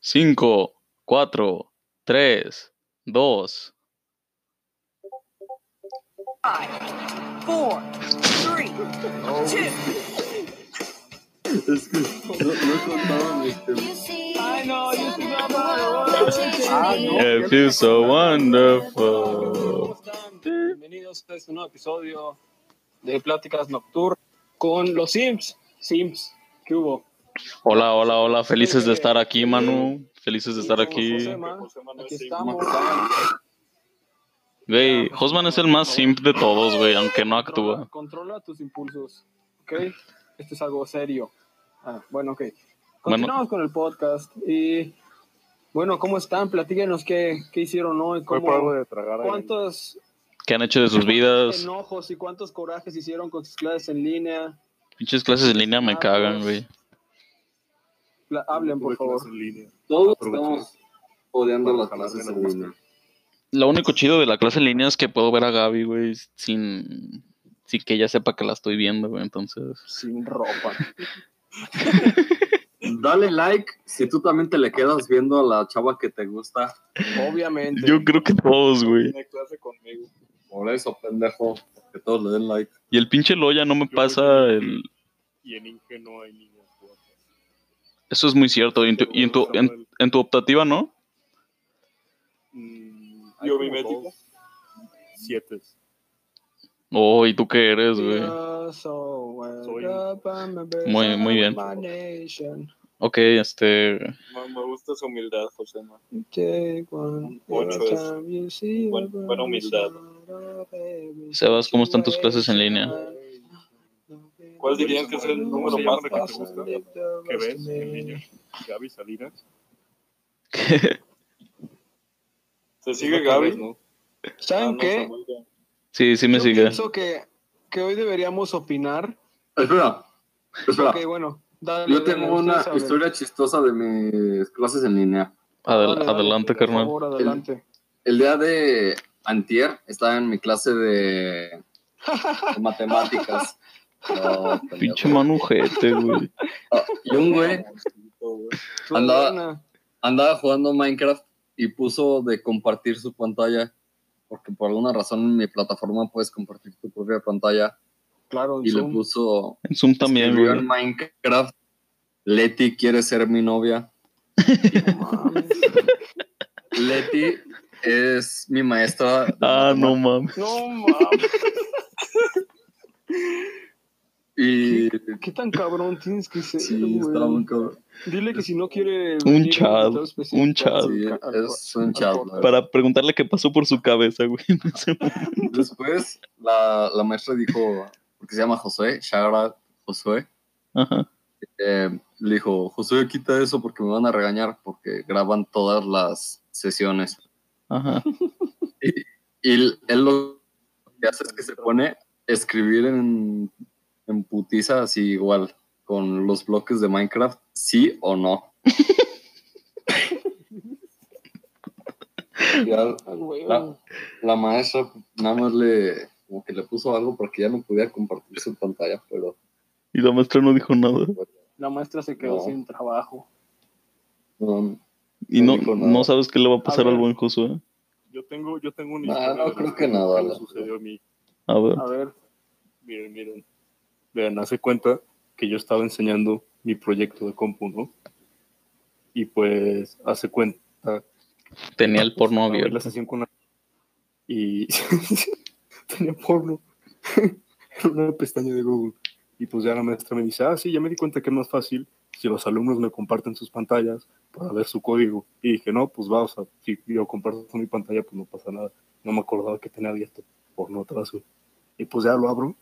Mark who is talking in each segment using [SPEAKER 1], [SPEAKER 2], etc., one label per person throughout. [SPEAKER 1] 5, 4, 3, 2.
[SPEAKER 2] Five, four, three, two.
[SPEAKER 3] Es que no, no contaba mi
[SPEAKER 4] I know, you see my body.
[SPEAKER 3] Ah, no.
[SPEAKER 1] It feels so
[SPEAKER 4] ¿Cómo
[SPEAKER 1] wonderful.
[SPEAKER 4] están? Bienvenidos a este nuevo episodio de Pláticas Nocturnas con los Sims. Sims, ¿qué hubo?
[SPEAKER 1] Hola, hola, hola. Felices de estar aquí, Manu. Felices de estar aquí.
[SPEAKER 4] Josema,
[SPEAKER 3] Ah,
[SPEAKER 4] aquí estamos.
[SPEAKER 1] Güey, Hosman es el más simp de todos, güey, aunque no actúa.
[SPEAKER 4] Controla, controla tus impulsos, ¿ok? Esto es algo serio. Ah, bueno, ok. Continuamos con el podcast y... Bueno, ¿cómo están? Platíquenos qué, qué hicieron hoy,
[SPEAKER 3] Fue por algo
[SPEAKER 4] cómo,
[SPEAKER 3] de tragar. ahí.
[SPEAKER 4] cuántos,
[SPEAKER 1] ¿Qué han hecho de sus vidas?
[SPEAKER 4] enojos y cuántos corajes hicieron con sus clases en línea.
[SPEAKER 1] Pinches clases en línea me cagan, güey.
[SPEAKER 4] Pla- hablen,
[SPEAKER 3] Tuve
[SPEAKER 4] por favor.
[SPEAKER 3] clase en línea.
[SPEAKER 5] Todos
[SPEAKER 3] Aprovecho.
[SPEAKER 5] estamos odiando
[SPEAKER 3] Para
[SPEAKER 5] las
[SPEAKER 3] jalarme
[SPEAKER 5] clases
[SPEAKER 3] la
[SPEAKER 5] en
[SPEAKER 3] mosca.
[SPEAKER 5] línea.
[SPEAKER 1] Lo único chido de la clase en línea es que puedo ver a Gaby, güey, sin, sin que ella sepa que la estoy viendo, güey. Entonces,
[SPEAKER 4] Sin ropa.
[SPEAKER 5] Dale like si tú también te le quedas viendo a la chava que te gusta.
[SPEAKER 4] Obviamente.
[SPEAKER 1] yo creo que todos, güey.
[SPEAKER 3] Tiene clase conmigo.
[SPEAKER 5] Por eso, pendejo, que todos le den like.
[SPEAKER 1] Y el pinche Loya no me pasa el.
[SPEAKER 3] Y en Inge no hay ningún juego.
[SPEAKER 1] Eso es muy cierto. Y en tu, y en tu- en- en tu optativa, ¿no?
[SPEAKER 3] Mm,
[SPEAKER 5] Hay
[SPEAKER 3] yo
[SPEAKER 5] como
[SPEAKER 3] vi médico.
[SPEAKER 5] dos.
[SPEAKER 3] Siete.
[SPEAKER 1] Oh, ¿y tú qué eres, güey?
[SPEAKER 4] oh,
[SPEAKER 1] Muy- muy bien. Ok, este.
[SPEAKER 3] Me, me gusta su humildad, José. ¿no? Ocho es buen- buena
[SPEAKER 4] Buena
[SPEAKER 3] humildad.
[SPEAKER 1] Sebas, ¿cómo están
[SPEAKER 5] Pues,
[SPEAKER 1] tus clases en línea?
[SPEAKER 3] ¿Cuál dirían que es el número más de que te gusta? ¿Qué
[SPEAKER 4] ¿Qué
[SPEAKER 3] ves en línea? Gaby Salinas. Se sigue Gaby. ¿no? Ah,
[SPEAKER 4] ¿Saben
[SPEAKER 3] no,
[SPEAKER 4] qué?
[SPEAKER 3] Samuel, ya.
[SPEAKER 1] sí, sí me
[SPEAKER 4] Yo
[SPEAKER 1] sigue.
[SPEAKER 4] pienso que, que hoy deberíamos opinar.
[SPEAKER 5] Espera, espera.
[SPEAKER 4] Ok, bueno. dale,
[SPEAKER 5] Yo
[SPEAKER 4] dale,
[SPEAKER 5] tengo
[SPEAKER 4] ustedes
[SPEAKER 5] una
[SPEAKER 4] hablen.
[SPEAKER 5] historia chistosa de mis clases en línea.
[SPEAKER 1] Adel-
[SPEAKER 4] Dale, dale,
[SPEAKER 1] adelante,
[SPEAKER 4] por
[SPEAKER 1] carnal.
[SPEAKER 4] favor, adelante.
[SPEAKER 5] El día de antier estaba en mi clase de, de matemáticas. No, pendejo.
[SPEAKER 1] Pinche manujete, güey.
[SPEAKER 5] Ah, Y un güey
[SPEAKER 4] Tú,
[SPEAKER 5] Andaba-
[SPEAKER 4] Ana.
[SPEAKER 5] andaba jugando Minecraft y puso de compartir su pantalla. Porque por alguna razón en mi plataforma puedes compartir tu propia pantalla.
[SPEAKER 4] Claro, en
[SPEAKER 5] Y le
[SPEAKER 4] Zoom.
[SPEAKER 5] puso
[SPEAKER 1] En Zoom también,
[SPEAKER 5] Escribió
[SPEAKER 1] güey.
[SPEAKER 5] en Minecraft. Leti quiere ser mi novia.
[SPEAKER 4] Mames.
[SPEAKER 5] Leti es mi maestra.
[SPEAKER 1] Ah, no mames.
[SPEAKER 4] No mames,
[SPEAKER 5] Y
[SPEAKER 4] qué tan cabrón tienes que ser.
[SPEAKER 5] sí,
[SPEAKER 4] güey?
[SPEAKER 5] está muy cabrón.
[SPEAKER 4] Dile que si no quiere.
[SPEAKER 1] Un
[SPEAKER 4] venir
[SPEAKER 1] chad,
[SPEAKER 4] invitado especial,
[SPEAKER 1] un chad.
[SPEAKER 4] al-
[SPEAKER 5] Sí,
[SPEAKER 4] al-
[SPEAKER 5] es un
[SPEAKER 4] al-
[SPEAKER 5] chavo.
[SPEAKER 4] al-
[SPEAKER 1] Ah, Para preguntarle qué pasó por su cabeza, güey. en ese momento.
[SPEAKER 5] Después la, la maestra dijo, porque se llama Josué, Shara Josué,
[SPEAKER 1] Ajá.
[SPEAKER 5] eh, le dijo, Josué, quita eso porque me van a regañar porque graban todas las sesiones.
[SPEAKER 1] Ajá.
[SPEAKER 5] Y él él lo que hace es que se pone a escribir en, en putiza así igual, con los bloques de Minecraft, sí o no. Ya
[SPEAKER 4] al- Ah, güey,
[SPEAKER 5] la, la maestra nada más le como que le puso algo porque ya no podía compartir su pantalla, pero
[SPEAKER 1] Y la maestra no dijo nada.
[SPEAKER 4] La maestra se quedó
[SPEAKER 5] No.
[SPEAKER 4] sin trabajo.
[SPEAKER 5] no,
[SPEAKER 1] Y
[SPEAKER 5] No
[SPEAKER 1] no,
[SPEAKER 5] dijo nada.
[SPEAKER 1] no sabes qué le va a pasar
[SPEAKER 4] A ver.
[SPEAKER 1] al buen Josué.
[SPEAKER 3] Yo tengo, yo tengo una
[SPEAKER 5] No,
[SPEAKER 3] historia
[SPEAKER 5] Ah, no
[SPEAKER 3] de lo
[SPEAKER 5] creo que nada,
[SPEAKER 3] me
[SPEAKER 5] la-
[SPEAKER 3] sucedió a mí.
[SPEAKER 1] A ver.
[SPEAKER 4] A
[SPEAKER 5] Ah,
[SPEAKER 4] ver,
[SPEAKER 3] Miren, miren. Vean, hace cuenta que yo estaba enseñando mi proyecto de compu, ¿no? Y pues hace cuenta.
[SPEAKER 1] Tenía el
[SPEAKER 5] pues,
[SPEAKER 1] porno
[SPEAKER 3] abrí
[SPEAKER 1] abierto.
[SPEAKER 3] la sesión con una- Y tenía porno. Era una pestaña de Google. Y pues ya la maestra me dice, ah, sí, ya me di cuenta que es más fácil si los alumnos me comparten sus pantallas para ver su código. Y dije, no, pues va, o sea, si yo comparto mi pantalla, pues no pasa nada. No me acordaba que tenía abierto porno atrás. güey. Y pues ya lo abro.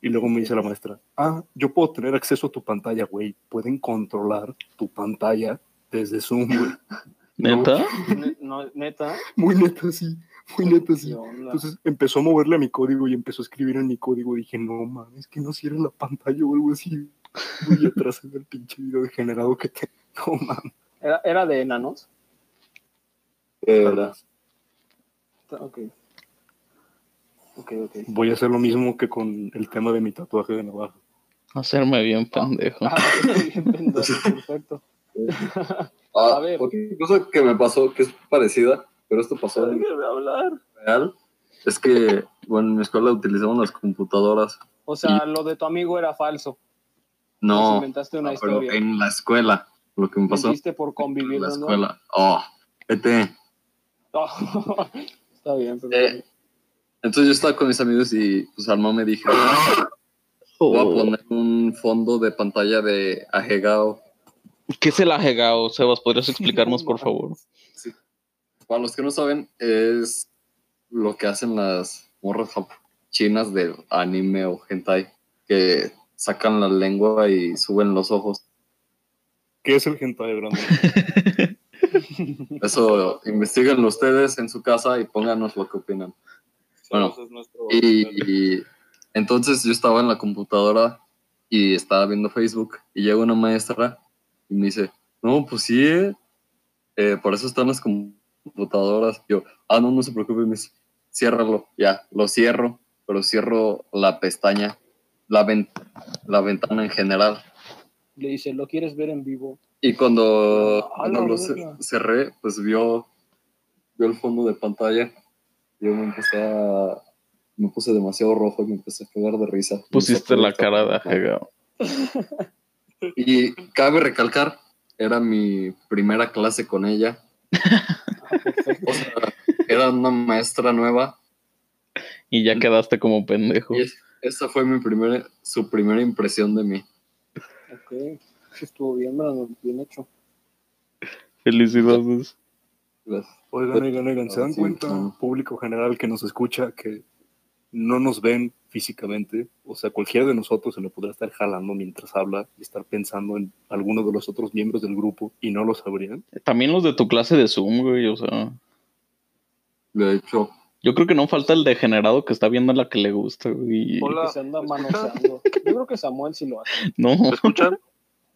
[SPEAKER 3] Y luego me dice la maestra, ah, yo puedo tener acceso a tu pantalla, güey. Pueden controlar tu pantalla desde Zoom, güey.
[SPEAKER 1] ¿Neta?
[SPEAKER 4] ne- no, neta.
[SPEAKER 3] Muy neta, sí. Muy neta, sí.
[SPEAKER 4] ¿qué onda?
[SPEAKER 3] Entonces empezó a moverle a mi código y empezó a escribir en mi código. Dije, no mames, que no cierre la pantalla o algo así. Y atrás en el pinche video degenerado que te. No mames.
[SPEAKER 4] era, era de enanos.
[SPEAKER 5] era
[SPEAKER 4] Ok. Ok, ok.
[SPEAKER 3] Voy a hacer lo mismo que con el tema de mi tatuaje de navaja.
[SPEAKER 5] ah,
[SPEAKER 1] Hacerme bien pendejo.
[SPEAKER 4] Ah, ok, bien, pendejo, perfecto.
[SPEAKER 5] Ah,
[SPEAKER 4] A ver.
[SPEAKER 5] Otra cosa que me pasó, que es parecida, pero esto pasó en
[SPEAKER 4] Déjeme hablar.
[SPEAKER 5] real, es que, bueno, en mi escuela utilizaban las computadoras.
[SPEAKER 4] O sea, lo de tu amigo era falso. Nos
[SPEAKER 5] No,
[SPEAKER 4] inventaste una
[SPEAKER 5] no, Ah, pero
[SPEAKER 4] historia.
[SPEAKER 5] en la escuela, lo que me pasó.
[SPEAKER 4] Mentiste por convivir,
[SPEAKER 5] en la
[SPEAKER 4] ¿no?
[SPEAKER 5] escuela. Oh, vete.
[SPEAKER 4] No. Está bien, pero...
[SPEAKER 5] Eh, entonces yo estaba con mis amigos y pues Alma me dijo, voy a poner un fondo de pantalla de Ajegao.
[SPEAKER 1] ¿Qué es el ajegao, Sebas? ¿Podrías explicarnos, por favor?
[SPEAKER 5] Para los que no saben, es lo que hacen las morras jap- chinas del anime o hentai, que sacan la lengua y suben los ojos.
[SPEAKER 3] ¿Qué es el hentai, Brandon?
[SPEAKER 5] Eso, investiguen ustedes en su casa y pónganos lo que opinan. Bueno,
[SPEAKER 3] Ese es nuestro-
[SPEAKER 5] Y, y entonces yo estaba en la computadora y estaba viendo Facebook y llega una maestra y me dice, no, pues sí, eh, eh, por eso están las computadoras. Yo, ah, no, no se preocupe, me dice, ciérralo, ya, lo cierro, pero cierro la pestaña, la, ven- la ventana en general.
[SPEAKER 4] Le dice, ¿lo quieres ver en vivo?
[SPEAKER 5] Y cuando,
[SPEAKER 4] Ah,
[SPEAKER 5] cuando
[SPEAKER 4] la
[SPEAKER 5] lo ce-
[SPEAKER 4] verga.
[SPEAKER 5] cerré, pues vio, vio el fondo de pantalla. Yo me empecé a. Me puse demasiado rojo y me empecé a cagar de risa.
[SPEAKER 1] Pusiste
[SPEAKER 5] Me
[SPEAKER 1] la
[SPEAKER 5] sacó-
[SPEAKER 1] cara de ajegao.
[SPEAKER 5] Y cabe recalcar, era mi primera clase con ella. O sea, era una maestra nueva.
[SPEAKER 1] Y ya quedaste como pendejo.
[SPEAKER 5] Y es- esa fue mi primera, su primera impresión de mí.
[SPEAKER 4] Ok. Estuvo bien, Brandon, bien hecho.
[SPEAKER 1] Felicidades.
[SPEAKER 3] Oigan, oigan, oigan, ¿se dan
[SPEAKER 5] Sí,
[SPEAKER 3] cuenta,
[SPEAKER 5] claro.
[SPEAKER 3] público general que nos escucha, que no nos ven físicamente? O sea, cualquiera de nosotros se lo podrá estar jalando mientras habla y estar pensando en alguno de los otros miembros del grupo y no lo sabrían.
[SPEAKER 1] También los de tu clase de Zoom, güey, o sea.
[SPEAKER 5] De hecho,
[SPEAKER 1] Yo creo que no falta el degenerado que está viendo a la que le gusta, güey.
[SPEAKER 4] Y
[SPEAKER 6] Hola,
[SPEAKER 4] que se anda
[SPEAKER 6] ¿me escuchas?
[SPEAKER 4] manoseando. Yo creo que Samuel sí lo hace.
[SPEAKER 1] No,
[SPEAKER 6] ¿Me escuchan?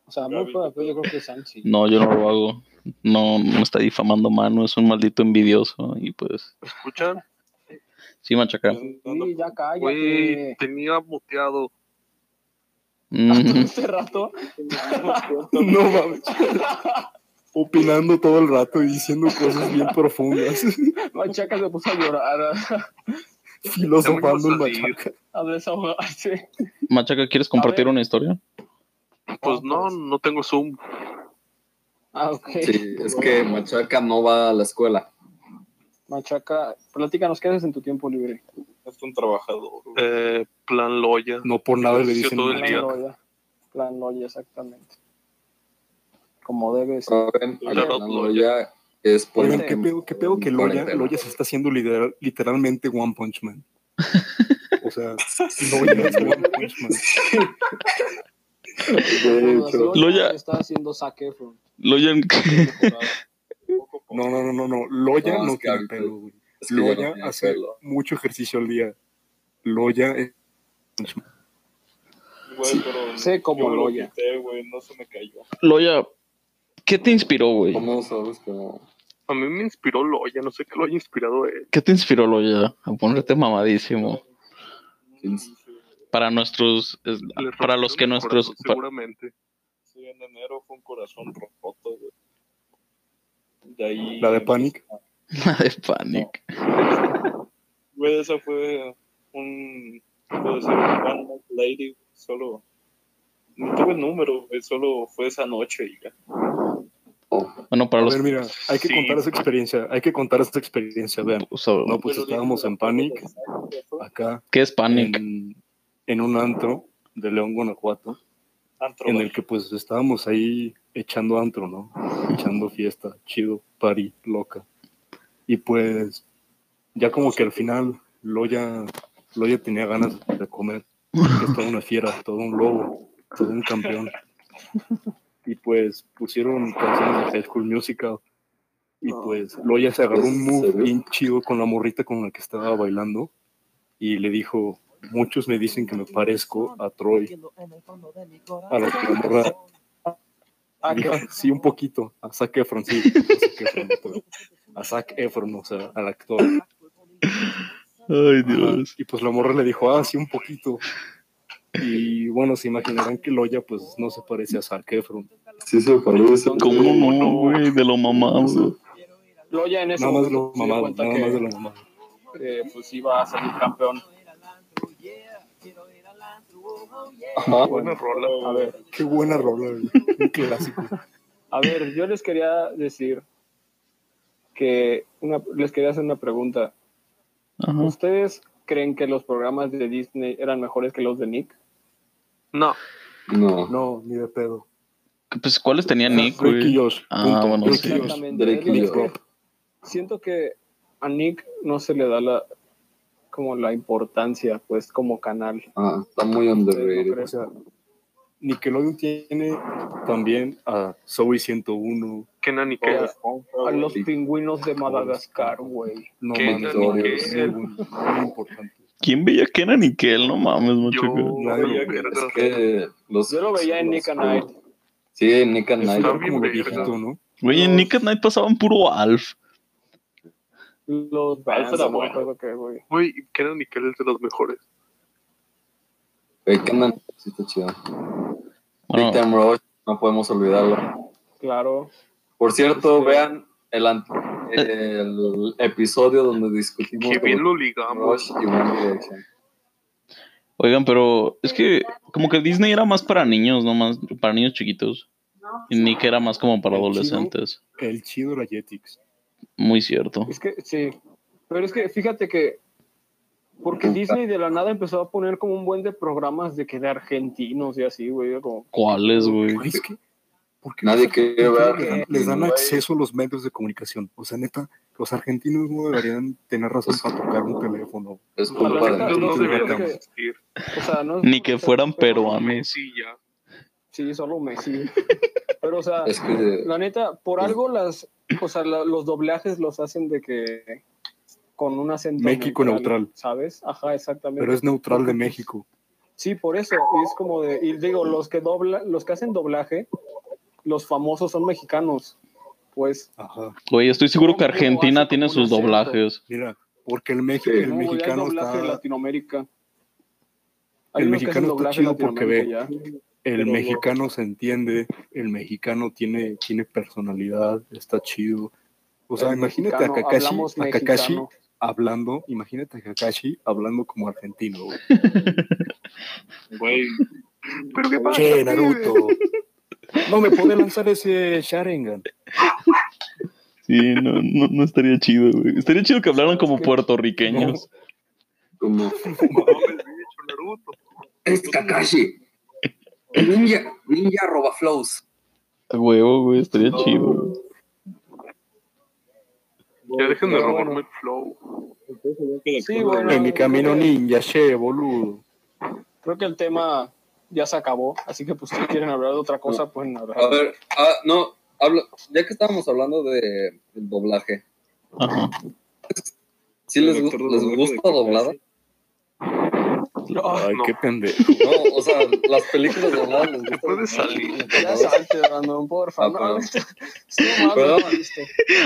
[SPEAKER 4] O sea, muy probable, yo creo que Sam sí.
[SPEAKER 1] no, yo no lo hago. No, me está difamando mano, es un maldito envidioso. Y pues,
[SPEAKER 6] ¿Me escuchan?
[SPEAKER 1] sí, machaca.
[SPEAKER 4] Sí, ya
[SPEAKER 6] Güey,
[SPEAKER 4] cállate.
[SPEAKER 6] tenía muteado.
[SPEAKER 1] Mm,
[SPEAKER 4] Hace este rato.
[SPEAKER 3] No mames. Opinando todo el rato y diciendo cosas bien profundas,
[SPEAKER 4] Machaca se puso a llorar, a,
[SPEAKER 3] filosofando el
[SPEAKER 6] Ya me iba a salir.
[SPEAKER 3] machaca.
[SPEAKER 4] a desahogarse.
[SPEAKER 1] machaca, ¿quieres compartir
[SPEAKER 4] A ver.
[SPEAKER 1] una historia?
[SPEAKER 6] Pues no, no tengo Zoom.
[SPEAKER 4] Ah, ok.
[SPEAKER 5] sí, es que Machaca no va a la escuela.
[SPEAKER 4] Machaca, platícanos, ¿qué haces en tu tiempo libre?
[SPEAKER 3] Es un trabajador.
[SPEAKER 6] Eh, plan Loya.
[SPEAKER 3] No por nada le dicen.
[SPEAKER 6] Todo el
[SPEAKER 4] Plan
[SPEAKER 6] día.
[SPEAKER 4] Loya. Plan Loya, exactamente. Como debes.
[SPEAKER 5] Saben,
[SPEAKER 6] Claro,
[SPEAKER 5] Alan
[SPEAKER 6] lo-
[SPEAKER 5] Loya es por
[SPEAKER 3] Oigan, qué pedo, qué pedo que Loya,
[SPEAKER 5] cuarentena.
[SPEAKER 3] Loya se está haciendo literal- literalmente One Punch Man. O sea, Loya es One Punch Man.
[SPEAKER 5] De hecho,
[SPEAKER 1] Loya.
[SPEAKER 4] Está haciendo Zac Efron.
[SPEAKER 1] Loyan,
[SPEAKER 3] No, no, no, no, no. Loya
[SPEAKER 5] No,
[SPEAKER 3] no,
[SPEAKER 5] es que
[SPEAKER 3] tiene
[SPEAKER 5] ahorita-
[SPEAKER 3] pelo, güey.
[SPEAKER 5] es que yo no
[SPEAKER 3] Loya
[SPEAKER 5] tenía
[SPEAKER 3] hace
[SPEAKER 5] pelo.
[SPEAKER 3] mucho ejercicio al día. Loya eh, es
[SPEAKER 4] Sé como Loya.
[SPEAKER 1] Loya, ¿qué te inspiró, güey?
[SPEAKER 5] ¿Cómo sabes que no?
[SPEAKER 6] A mí me inspiró Loya, no sé qué lo haya inspirado él.
[SPEAKER 1] ¿Qué te inspiró, Loya, a ponerte mamadísimo?
[SPEAKER 5] ¿Quién-
[SPEAKER 1] Para nuestros, es-
[SPEAKER 6] Le
[SPEAKER 1] para
[SPEAKER 6] rompió
[SPEAKER 1] los que
[SPEAKER 6] mi
[SPEAKER 1] nuestros,
[SPEAKER 6] corazón, seguramente.
[SPEAKER 3] la de Panic.
[SPEAKER 1] la de Panic.
[SPEAKER 7] Güey, esa fue un. Puedo decir, One Night Lady, solo. No tuve el número, güey, solo fue esa noche y ya.
[SPEAKER 1] Bueno, para
[SPEAKER 3] A
[SPEAKER 1] los,
[SPEAKER 3] ver, mira, hay que
[SPEAKER 6] Sí.
[SPEAKER 3] contar esa experiencia. Hay que contar esa experiencia. Vean,
[SPEAKER 1] o sea,
[SPEAKER 3] no, pues estábamos en Panic, acá,
[SPEAKER 1] ¿qué es Panic?
[SPEAKER 3] en, en un antro de León, Guanajuato.
[SPEAKER 4] Ah,
[SPEAKER 7] Antro,
[SPEAKER 3] en
[SPEAKER 7] güey.
[SPEAKER 3] el que pues estábamos ahí echando antro, ¿no? Echando fiesta, chido, party, loca. Y pues ya como que al final Loya, Loya tenía ganas de comer, que es toda una fiera, todo un lobo, todo un campeón. Y pues pusieron canciones de High School Musical. Y pues Loya se agarró un move bien chido con la morrita con la que estaba bailando. Y le dijo, muchos me dicen que me parezco a Troy. A lo que la morra
[SPEAKER 4] Ah,
[SPEAKER 3] Dijo,
[SPEAKER 4] que-
[SPEAKER 3] sí, un poquito. A Zac Efron, sí. A Zac Efron, pero- a Zac Efron, o sea, al actor.
[SPEAKER 1] Ay,
[SPEAKER 3] Ajá. Y pues la morra le dijo, ah, sí, un poquito. Y bueno, se imaginarán que Loya, pues no se parece a Zac Efron.
[SPEAKER 5] Sí se parece.
[SPEAKER 1] ¿Cómo
[SPEAKER 5] güey.
[SPEAKER 1] no, güey? De lo mamado.
[SPEAKER 4] Loya en ese
[SPEAKER 3] Nada más de lo
[SPEAKER 4] momento se dio
[SPEAKER 3] mamado,
[SPEAKER 4] cuenta
[SPEAKER 3] nada
[SPEAKER 4] que,
[SPEAKER 3] más de lo mamado.
[SPEAKER 4] que, pues iba a salir campeón.
[SPEAKER 5] Ajá.
[SPEAKER 6] Buena rola.
[SPEAKER 4] A ver,
[SPEAKER 3] Qué buena rola, güey. Un clásico.
[SPEAKER 4] a ver, yo les quería decir que una- les quería hacer una pregunta.
[SPEAKER 1] Ajá.
[SPEAKER 4] ¿Ustedes creen que los programas de Disney eran mejores que los de Nick?
[SPEAKER 6] No,
[SPEAKER 5] No.
[SPEAKER 3] No, ni de pedo.
[SPEAKER 1] Pues, ¿cuáles tenía Nick,
[SPEAKER 3] Drake y
[SPEAKER 1] güey?
[SPEAKER 3] Josh.
[SPEAKER 1] Ah,
[SPEAKER 3] punto.
[SPEAKER 1] bueno,
[SPEAKER 3] Drake
[SPEAKER 1] sí.
[SPEAKER 3] y Josh.
[SPEAKER 5] Drake
[SPEAKER 4] es
[SPEAKER 5] y
[SPEAKER 4] lo que-
[SPEAKER 5] Josh.
[SPEAKER 4] siento que a Nick no se le da la como la importancia, pues, como canal.
[SPEAKER 5] Ah, está muy
[SPEAKER 4] No
[SPEAKER 5] underrated.
[SPEAKER 4] creo.
[SPEAKER 3] O sea, Nickelodeon tiene también a Zoe 101.
[SPEAKER 6] Kenan y
[SPEAKER 4] O
[SPEAKER 6] Kel.
[SPEAKER 4] a los pingüinos de Madagascar, güey.
[SPEAKER 3] No
[SPEAKER 6] ¿Qué,
[SPEAKER 3] mames,
[SPEAKER 5] Dani,
[SPEAKER 3] güey,
[SPEAKER 5] qué?
[SPEAKER 3] es muy, bueno, muy importante.
[SPEAKER 1] ¿Quién veía que era Nickel? No mames,
[SPEAKER 6] Yo,
[SPEAKER 1] macho. güey.
[SPEAKER 3] Claro,
[SPEAKER 6] veía
[SPEAKER 3] güey,
[SPEAKER 6] vergas.
[SPEAKER 5] Es que los,
[SPEAKER 4] Yo lo veía en
[SPEAKER 5] los-
[SPEAKER 4] Nick and Night.
[SPEAKER 5] Sí, en Nick and
[SPEAKER 3] Es
[SPEAKER 5] Night.
[SPEAKER 6] Está
[SPEAKER 3] como
[SPEAKER 6] bien
[SPEAKER 3] lo
[SPEAKER 6] verga.
[SPEAKER 3] viejito, ¿no?
[SPEAKER 1] Güey, en Nick at Night pasaban puro Alf.
[SPEAKER 4] Los
[SPEAKER 7] Ah, eso
[SPEAKER 4] Vans,
[SPEAKER 7] era
[SPEAKER 4] no me
[SPEAKER 7] bueno.
[SPEAKER 4] acuerdo qué, güey.
[SPEAKER 6] Güey, Kenan y Kel es de los mejores.
[SPEAKER 5] Güey, Nick and Night sí está chido.
[SPEAKER 1] Bueno,
[SPEAKER 5] Big Time Rush, no podemos olvidarlo.
[SPEAKER 4] Claro.
[SPEAKER 5] Por cierto,
[SPEAKER 4] Este-
[SPEAKER 5] vean el, an-
[SPEAKER 1] Eh.
[SPEAKER 5] el episodio donde discutimos
[SPEAKER 6] Qué bien
[SPEAKER 5] de
[SPEAKER 6] lo
[SPEAKER 5] Big Time Rush
[SPEAKER 6] ligamos.
[SPEAKER 5] y One Direction.
[SPEAKER 1] oigan, pero es que como que Disney era más para niños, no más para niños chiquitos. Y Nick era más como para
[SPEAKER 3] El chido.
[SPEAKER 1] adolescentes.
[SPEAKER 3] El chido era Jetix.
[SPEAKER 1] Muy cierto.
[SPEAKER 4] Es que, sí. Pero es que, fíjate que, porque Disney de la nada empezó a poner como un buen de programas de que de argentinos y así, güey. era como,
[SPEAKER 1] ¿Cuáles, güey?
[SPEAKER 3] Güey, es que, ¿por qué
[SPEAKER 5] Nadie quiere ver.
[SPEAKER 3] les dan- les dan acceso a los medios de comunicación? O sea, neta, los argentinos no deberían tener razón para tocar un teléfono.
[SPEAKER 5] Es
[SPEAKER 6] Los
[SPEAKER 5] culpa de
[SPEAKER 6] argentinos no
[SPEAKER 3] Nosotros
[SPEAKER 6] deberían
[SPEAKER 3] deberíamos.
[SPEAKER 6] de existir.
[SPEAKER 4] o sea, no es-
[SPEAKER 1] Ni que fueran
[SPEAKER 6] A
[SPEAKER 1] peruanos.
[SPEAKER 6] Messi ya.
[SPEAKER 4] Sí, solo Messi. Pero, o sea,
[SPEAKER 5] Es que
[SPEAKER 4] La neta, por algo las, o sea, la- los doblajes los hacen de que con un acento
[SPEAKER 3] México neutral.
[SPEAKER 4] ¿sabes? Ajá, exactamente.
[SPEAKER 3] Pero es neutral de México.
[SPEAKER 4] Sí, por eso y es como de y digo, los que dobla, los que hacen doblaje, los famosos son mexicanos. Pues
[SPEAKER 3] Ajá.
[SPEAKER 1] Güey, estoy seguro que Argentina
[SPEAKER 4] Hace como
[SPEAKER 1] tiene
[SPEAKER 4] un
[SPEAKER 1] sus
[SPEAKER 4] acento.
[SPEAKER 1] doblajes.
[SPEAKER 3] Mira, porque el, México,
[SPEAKER 5] Sí.
[SPEAKER 3] el
[SPEAKER 4] no, güey, hay
[SPEAKER 3] mexicano
[SPEAKER 4] doblaje de
[SPEAKER 3] está...
[SPEAKER 4] Latinoamérica.
[SPEAKER 3] El
[SPEAKER 4] unos que
[SPEAKER 3] mexicano
[SPEAKER 4] hacen
[SPEAKER 3] está
[SPEAKER 4] doblaje
[SPEAKER 3] chido
[SPEAKER 4] en
[SPEAKER 3] porque
[SPEAKER 4] Latinoamérica
[SPEAKER 3] El
[SPEAKER 4] Pero-
[SPEAKER 3] mexicano se entiende, el mexicano tiene, tiene personalidad, está chido. O
[SPEAKER 4] ya.
[SPEAKER 3] sea,
[SPEAKER 4] El
[SPEAKER 3] imagínate
[SPEAKER 4] mexicano,
[SPEAKER 3] a Kakashi,
[SPEAKER 4] hablamos
[SPEAKER 3] a Kakashi
[SPEAKER 4] mexicano.
[SPEAKER 3] hablando, imagínate a Kakashi hablando como argentino. güey.
[SPEAKER 7] Güey,
[SPEAKER 6] Pero qué pasa.
[SPEAKER 3] Che, Naruto. No me puede lanzar ese Sharingan.
[SPEAKER 1] Sí, no, no, no estaría chido, güey. Estaría chido que hablaran como puertorriqueños.
[SPEAKER 5] como.
[SPEAKER 6] No mames, bicho, Naruto.
[SPEAKER 5] Es este Kakashi. Ninja, ninja roba flows.
[SPEAKER 1] A Huevo, güey, estaría chido. güey.
[SPEAKER 6] Ya dejen de
[SPEAKER 4] Pero
[SPEAKER 6] robarme
[SPEAKER 4] bueno,
[SPEAKER 6] el flow.
[SPEAKER 7] entonces yo que
[SPEAKER 4] Sí, bueno.
[SPEAKER 3] En mi camino ninja, che, boludo.
[SPEAKER 4] Creo que el tema ya se acabó, así que pues si quieren hablar de otra cosa, pueden hablar.
[SPEAKER 5] A ver, ah, no, habla, ya que estábamos hablando de, del doblaje,
[SPEAKER 1] Ajá.
[SPEAKER 5] ¿sí les, gu- les gusta doblada?
[SPEAKER 4] No,
[SPEAKER 3] Ay,
[SPEAKER 6] no.
[SPEAKER 3] qué pendejo.
[SPEAKER 5] No, o sea, las películas dobladas les gusta.
[SPEAKER 6] Puede salir.
[SPEAKER 4] Ya salte, Brandon, porfa.
[SPEAKER 5] Ah,
[SPEAKER 4] no,
[SPEAKER 5] perdón.
[SPEAKER 4] sí, mames,
[SPEAKER 5] Perdón.
[SPEAKER 4] no, listo.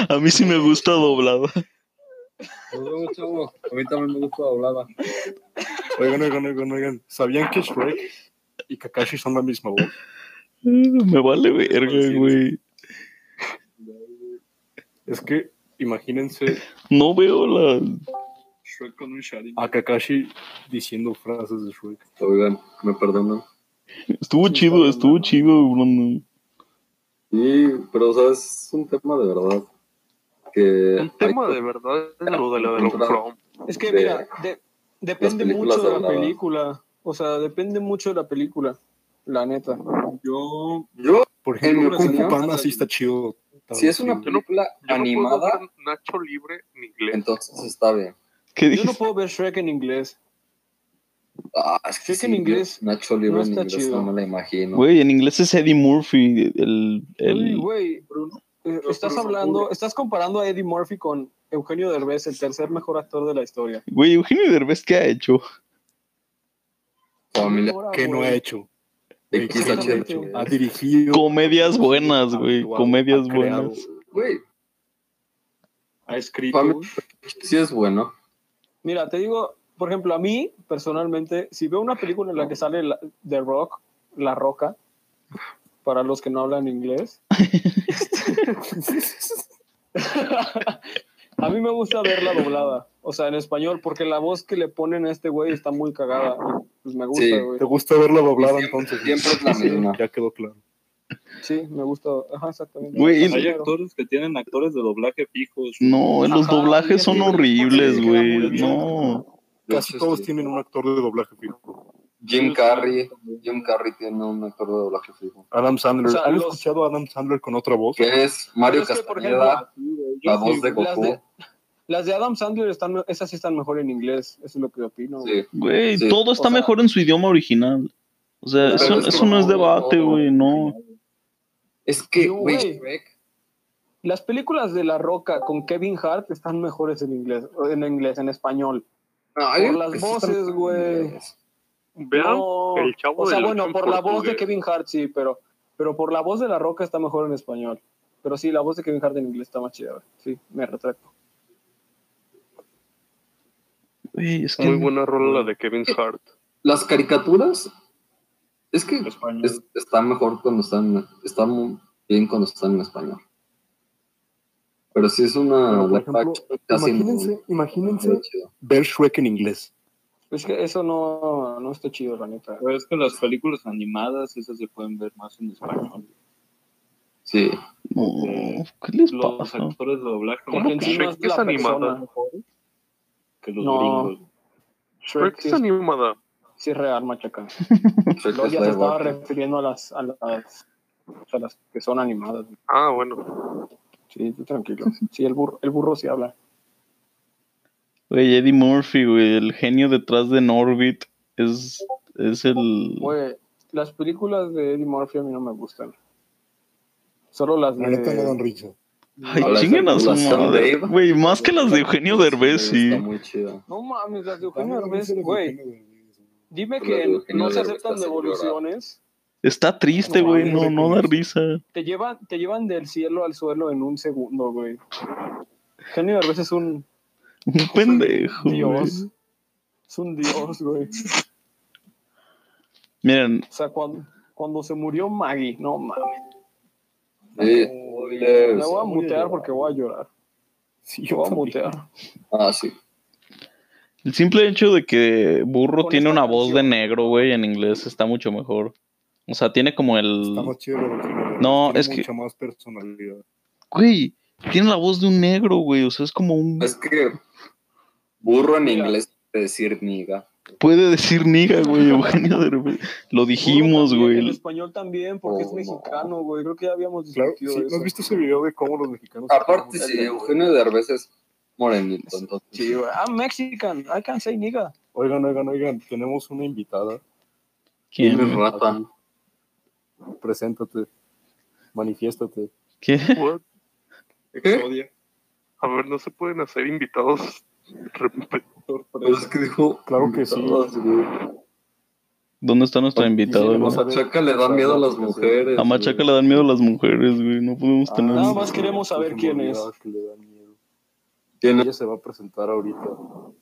[SPEAKER 1] A mí sí me gusta doblado.
[SPEAKER 5] Nos vemos, chavos. A mí también me gusta doblada.
[SPEAKER 3] Oigan, oigan, oigan, oigan. ¿Sabían que Shrek y Kakashi son la misma voz?
[SPEAKER 1] Mm, Me vale verga, güey.
[SPEAKER 3] Es que imagínense
[SPEAKER 1] No veo la.
[SPEAKER 7] Shrek con un Sharingan.
[SPEAKER 3] a Kakashi diciendo frases de Shrek.
[SPEAKER 5] Oigan, me perdonan.
[SPEAKER 1] Estuvo
[SPEAKER 4] Sí,
[SPEAKER 1] chido,
[SPEAKER 4] está
[SPEAKER 1] estuvo
[SPEAKER 4] bien,
[SPEAKER 1] chido, Bruno.
[SPEAKER 5] Sí, pero, o sea, es un tema de verdad. Que
[SPEAKER 6] Un tema de verdad es lo de la de los From.
[SPEAKER 4] Es que
[SPEAKER 5] De-
[SPEAKER 4] mira, de- depende
[SPEAKER 5] películas
[SPEAKER 4] mucho de la
[SPEAKER 5] dobladas.
[SPEAKER 4] película. O sea, depende mucho de la película. La neta.
[SPEAKER 7] Yo,
[SPEAKER 5] Yo,
[SPEAKER 3] Por
[SPEAKER 5] En mi
[SPEAKER 3] ejemplo, Kung Fu
[SPEAKER 5] opinión,
[SPEAKER 3] Panda sí está chido.
[SPEAKER 5] si es una
[SPEAKER 3] Sí.
[SPEAKER 5] película
[SPEAKER 6] Yo no puedo
[SPEAKER 5] animada,
[SPEAKER 6] ver Nacho Libre en inglés.
[SPEAKER 5] entonces está bien.
[SPEAKER 1] ¿Qué
[SPEAKER 4] Yo no
[SPEAKER 1] dices?
[SPEAKER 4] puedo ver Shrek en inglés.
[SPEAKER 5] Ah, es
[SPEAKER 4] Creo que en inglés
[SPEAKER 5] Nacho Libre
[SPEAKER 4] no
[SPEAKER 5] en
[SPEAKER 4] está
[SPEAKER 5] inglés
[SPEAKER 4] chido.
[SPEAKER 5] no me la imagino.
[SPEAKER 1] Güey, en inglés es Eddie Murphy, el.
[SPEAKER 4] Uy,
[SPEAKER 1] el...
[SPEAKER 4] Güey, eh, estás hablando, estás comparando a Eddie Murphy con Eugenio Derbez, el tercer mejor actor de la historia.
[SPEAKER 1] Güey, Eugenio Derbez, ¿qué ha hecho?
[SPEAKER 5] Familia
[SPEAKER 4] Ahora,
[SPEAKER 3] que no
[SPEAKER 4] güey,
[SPEAKER 3] ha hecho.
[SPEAKER 4] Exactamente.
[SPEAKER 5] XH.
[SPEAKER 3] Ha dirigido.
[SPEAKER 1] Comedias buenas, güey. Comedias buenas.
[SPEAKER 5] Güey,
[SPEAKER 7] ha escrito.
[SPEAKER 5] Pablo- sí es bueno.
[SPEAKER 4] Mira, te digo, por ejemplo, a mí personalmente, si veo una película en la que sale la- The Rock, La Roca, para los que no hablan inglés. este, a mí me gusta verla doblada, o sea, en español, porque la voz que le ponen a este güey está muy cagada. y, Pues me gusta,
[SPEAKER 5] Sí.
[SPEAKER 4] güey.
[SPEAKER 3] ¿Te gusta verla doblada
[SPEAKER 5] Siempre-
[SPEAKER 3] entonces?
[SPEAKER 5] siempre es la
[SPEAKER 3] Sí,
[SPEAKER 5] misma.
[SPEAKER 3] Ya quedó claro.
[SPEAKER 4] Sí, me gusta. Ajá, exactamente.
[SPEAKER 1] Güey,
[SPEAKER 4] Ajá,
[SPEAKER 7] Hay
[SPEAKER 4] claro.
[SPEAKER 7] actores que tienen actores de doblaje fijos.
[SPEAKER 1] No, los
[SPEAKER 4] Ajá,
[SPEAKER 1] doblajes son
[SPEAKER 4] fíjate,
[SPEAKER 1] horribles,
[SPEAKER 4] porque queda muy
[SPEAKER 1] güey.
[SPEAKER 4] bien.
[SPEAKER 1] No.
[SPEAKER 3] Casi
[SPEAKER 5] Entonces,
[SPEAKER 3] todos
[SPEAKER 5] sí.
[SPEAKER 3] tienen un actor de doblaje fijo.
[SPEAKER 5] este, Jim Carrey. Jim Carrey tiene un actor de doblaje fijo.
[SPEAKER 3] Adam Sandler.
[SPEAKER 4] O sea,
[SPEAKER 3] ¿Han
[SPEAKER 4] los-
[SPEAKER 3] escuchado a Adam Sandler con otra voz?
[SPEAKER 5] Que es Mario
[SPEAKER 4] Pero Pues, es que, por
[SPEAKER 5] Castañeda, la voz de
[SPEAKER 4] las de-
[SPEAKER 5] Goku.
[SPEAKER 4] Las de Adam Sandler están, esas sí están mejor en inglés, eso es lo que opino. güey.
[SPEAKER 5] Sí.
[SPEAKER 1] Güey,
[SPEAKER 5] Sí,
[SPEAKER 1] todo
[SPEAKER 4] o
[SPEAKER 1] está
[SPEAKER 4] sea-
[SPEAKER 1] mejor en su idioma original. O sea,
[SPEAKER 5] Pero
[SPEAKER 1] eso,
[SPEAKER 5] es que
[SPEAKER 1] eso no es
[SPEAKER 5] no,
[SPEAKER 1] debate,
[SPEAKER 5] no.
[SPEAKER 1] güey, no.
[SPEAKER 5] Es que,
[SPEAKER 4] Yo,
[SPEAKER 5] güey,
[SPEAKER 4] güey.
[SPEAKER 5] Shrek,
[SPEAKER 4] Las películas de La Roca con Kevin Hart están mejores en inglés, en inglés, en español.
[SPEAKER 5] No,
[SPEAKER 4] Por
[SPEAKER 5] yo-
[SPEAKER 4] las
[SPEAKER 5] que sí están-
[SPEAKER 4] voces, güey.
[SPEAKER 6] Vean
[SPEAKER 4] No,
[SPEAKER 6] el chavo
[SPEAKER 4] o sea,
[SPEAKER 6] del
[SPEAKER 4] bueno,
[SPEAKER 6] Ocho
[SPEAKER 4] por
[SPEAKER 6] en
[SPEAKER 4] la voz de
[SPEAKER 6] portugués.
[SPEAKER 4] Kevin Hart sí, pero, pero por la voz de La Roca está mejor en español. Pero sí, la voz de Kevin Hart en inglés está más chida, güey. Sí, me retracto.
[SPEAKER 1] Güey, es que
[SPEAKER 6] Muy buena rola la de Kevin Hart.
[SPEAKER 5] Las caricaturas, es que
[SPEAKER 7] Español.
[SPEAKER 5] es- está mejor cuando están, está muy bien cuando están en español. Pero sí es una
[SPEAKER 3] Pero, por
[SPEAKER 5] live
[SPEAKER 3] ejemplo,
[SPEAKER 5] action casi muy-
[SPEAKER 3] imagínense,
[SPEAKER 5] muy
[SPEAKER 3] imagínense
[SPEAKER 5] chida.
[SPEAKER 3] ver Shrek en inglés.
[SPEAKER 4] Es que eso no, no está chido, la neta.
[SPEAKER 7] Pero es que las películas animadas, esas se pueden ver más en español.
[SPEAKER 5] Sí.
[SPEAKER 1] no, ¿Qué les
[SPEAKER 7] Los
[SPEAKER 1] pasa?
[SPEAKER 7] actores de doblaje
[SPEAKER 6] ¿Cómo
[SPEAKER 4] Porque
[SPEAKER 7] son
[SPEAKER 4] en
[SPEAKER 6] que
[SPEAKER 4] sí no
[SPEAKER 6] Shrek es animada?
[SPEAKER 4] persona.
[SPEAKER 7] que los
[SPEAKER 4] No.
[SPEAKER 7] gringos.
[SPEAKER 6] Shrek
[SPEAKER 4] Shrek sí
[SPEAKER 6] es
[SPEAKER 4] es,
[SPEAKER 6] animada.
[SPEAKER 4] sí es real, machaca.
[SPEAKER 3] Pues
[SPEAKER 5] Shrek
[SPEAKER 4] Luego
[SPEAKER 5] es
[SPEAKER 4] ya se
[SPEAKER 5] live
[SPEAKER 4] estaba
[SPEAKER 5] action.
[SPEAKER 4] refiriendo a las, a las, a las que son animadas. güey.
[SPEAKER 6] Ah, bueno.
[SPEAKER 4] Sí, tú tranquilo. Sí, el burro, el burro sí habla.
[SPEAKER 1] Güey, Eddie Murphy, güey, el genio detrás de Norbit es, es el...
[SPEAKER 4] Güey, las películas de Eddie Murphy a mí no me gustan. Solo las
[SPEAKER 3] La neta no dan
[SPEAKER 4] de...
[SPEAKER 3] risa.
[SPEAKER 1] Ay,
[SPEAKER 5] Hola,
[SPEAKER 1] chinguen a su
[SPEAKER 5] las Sam
[SPEAKER 1] madre.
[SPEAKER 5] Dave.
[SPEAKER 1] Güey, más que las de Eugenio Derbez, sí.
[SPEAKER 5] Está muy chida.
[SPEAKER 4] No mames, las de Eugenio
[SPEAKER 3] Dame
[SPEAKER 4] Derbez,
[SPEAKER 3] risa los
[SPEAKER 4] güey.
[SPEAKER 3] Eugenio Derbez, güey.
[SPEAKER 4] Dime
[SPEAKER 5] Las de
[SPEAKER 4] que
[SPEAKER 5] Eugenio
[SPEAKER 4] no se
[SPEAKER 5] Derbez
[SPEAKER 4] aceptan
[SPEAKER 5] hacen llorar.
[SPEAKER 4] devoluciones.
[SPEAKER 1] Está triste,
[SPEAKER 4] No,
[SPEAKER 1] güey,
[SPEAKER 4] mames,
[SPEAKER 1] no,
[SPEAKER 3] güey,
[SPEAKER 1] no
[SPEAKER 3] con
[SPEAKER 1] da
[SPEAKER 3] eso.
[SPEAKER 1] risa.
[SPEAKER 4] Te llevan, te llevan del cielo al suelo en un segundo, güey. Eugenio Derbez es un
[SPEAKER 1] Un pendejo, güey.
[SPEAKER 4] dios. Es un dios, güey. O
[SPEAKER 1] Miren,
[SPEAKER 4] sea, cuando, cuando se murió Maggie, no mames.
[SPEAKER 5] Sí.
[SPEAKER 4] Me
[SPEAKER 5] spoilers.
[SPEAKER 4] voy a mutear porque voy a llorar.
[SPEAKER 3] Pues, Sí,
[SPEAKER 4] Yo voy a
[SPEAKER 3] también.
[SPEAKER 4] mutear.
[SPEAKER 5] Ah, sí.
[SPEAKER 1] el simple hecho de que Burro
[SPEAKER 4] Con
[SPEAKER 1] tiene
[SPEAKER 4] esta
[SPEAKER 1] una voz de
[SPEAKER 4] canción.
[SPEAKER 1] negro, güey, en inglés está mucho mejor. O sea, tiene como el...
[SPEAKER 3] Está más chido lo de Eugenio Derbez,
[SPEAKER 1] No,
[SPEAKER 3] tiene
[SPEAKER 1] es que-
[SPEAKER 3] Mucha más personalidad.
[SPEAKER 1] Güey, tiene la voz de un negro, güey. O sea, es como un...
[SPEAKER 5] Es que burro en
[SPEAKER 4] Mira.
[SPEAKER 5] inglés quiere decir niga.
[SPEAKER 1] Puede decir niga, güey, Eugenio Derbez. Lo dijimos,
[SPEAKER 4] También, En
[SPEAKER 1] güey.
[SPEAKER 4] español también, porque es
[SPEAKER 5] Oh, no.
[SPEAKER 4] mexicano, güey. Creo que ya habíamos
[SPEAKER 3] Claro,
[SPEAKER 4] discutido
[SPEAKER 3] sí, ¿no
[SPEAKER 4] eso.
[SPEAKER 3] has visto ese video de cómo los
[SPEAKER 4] Pues,
[SPEAKER 3] mexicanos...
[SPEAKER 5] Aparte, si Eugenio Derbez es morenito, entonces
[SPEAKER 4] Sí, güey. I'm Mexican. I can say nigga.
[SPEAKER 3] Oigan, oigan, oigan, tenemos una invitada.
[SPEAKER 5] tiene
[SPEAKER 1] ¿Quién?
[SPEAKER 5] rata.
[SPEAKER 3] Preséntate, manifiéstate.
[SPEAKER 1] ¿Qué?
[SPEAKER 6] What?
[SPEAKER 7] Exodia.
[SPEAKER 6] A ver, no se pueden hacer invitados. Rep- pues,
[SPEAKER 5] Pero Pues es que dijo.
[SPEAKER 3] Claro que sí.
[SPEAKER 5] invitadas, güey.
[SPEAKER 1] ¿Dónde está nuestro
[SPEAKER 3] Sí,
[SPEAKER 1] invitado,
[SPEAKER 3] sí,
[SPEAKER 1] güey?
[SPEAKER 3] vamos
[SPEAKER 5] A Machaca le dan miedo a las mujeres.
[SPEAKER 1] A Machaca le dan miedo las mujeres, güey. No podemos
[SPEAKER 3] Ah,
[SPEAKER 1] tener...
[SPEAKER 4] Nada más queremos saber
[SPEAKER 3] se me
[SPEAKER 4] quién
[SPEAKER 3] olvidaba
[SPEAKER 4] es.
[SPEAKER 3] que le dan miedo.
[SPEAKER 5] güey. Tiene-
[SPEAKER 3] Ella se va a presentar ahorita. O,